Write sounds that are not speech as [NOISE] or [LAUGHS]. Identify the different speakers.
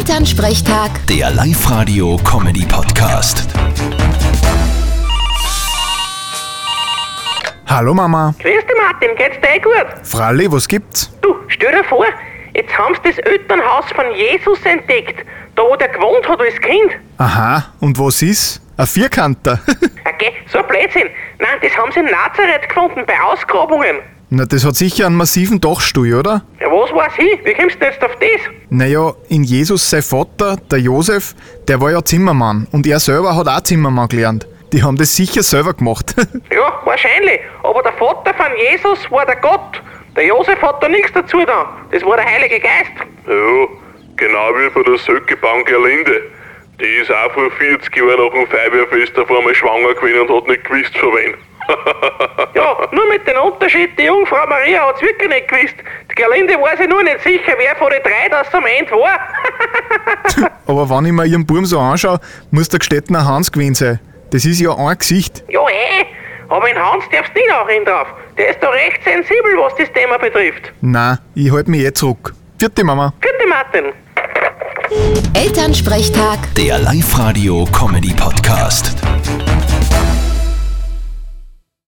Speaker 1: Elternsprechtag,
Speaker 2: Der Live-Radio-Comedy-Podcast.
Speaker 3: Hallo Mama.
Speaker 4: Grüß dich, Martin, geht's dir eh gut?
Speaker 3: Fralli, was gibt's?
Speaker 4: Du, stell dir vor, jetzt haben sie das Elternhaus von Jesus entdeckt, da wo der gewohnt hat als Kind.
Speaker 3: Aha, und was ist? Ein Vierkanter. [LAUGHS]
Speaker 4: Okay, so ein Blödsinn. Nein, das haben sie in Nazareth gefunden, bei Ausgrabungen.
Speaker 3: Na, das hat sicher einen massiven Dachstuhl, oder?
Speaker 4: Ja, was weiß ich, wie kommst du denn jetzt auf das?
Speaker 3: Naja, in Jesus sein Vater, der Josef, der war ja Zimmermann und er selber hat auch Zimmermann gelernt. Die haben das sicher selber gemacht. [LAUGHS]
Speaker 4: Ja, wahrscheinlich, aber der Vater von Jesus war der Gott. Der Josef hat da nichts dazu da. Das war der Heilige Geist.
Speaker 5: Ja, genau wie bei der Söcke Bank Gerlinde. Die ist auch vor 40 Jahren nach dem Feuerwehrfest auf einmal schwanger gewesen und hat nicht gewusst von wen.
Speaker 4: Ja, nur mit dem Unterschied, die Jungfrau Maria hat's wirklich nicht gewusst. Die Gerlinde war sich nur nicht sicher, wer von den drei das am Ende war.
Speaker 3: Aber wenn ich mir ihren Burm so anschaue, muss der Gstettner Hans gewesen sein. Das ist ja ein Gesicht.
Speaker 4: Ja, eh. Aber in Hans darfst nicht auch hin drauf. Der ist da recht sensibel, was das Thema betrifft.
Speaker 3: Na, ich halte mich eh zurück. Vierte Mama.
Speaker 4: Bitte, Martin.
Speaker 1: Elternsprechtag.
Speaker 2: Der Live-Radio-Comedy-Podcast.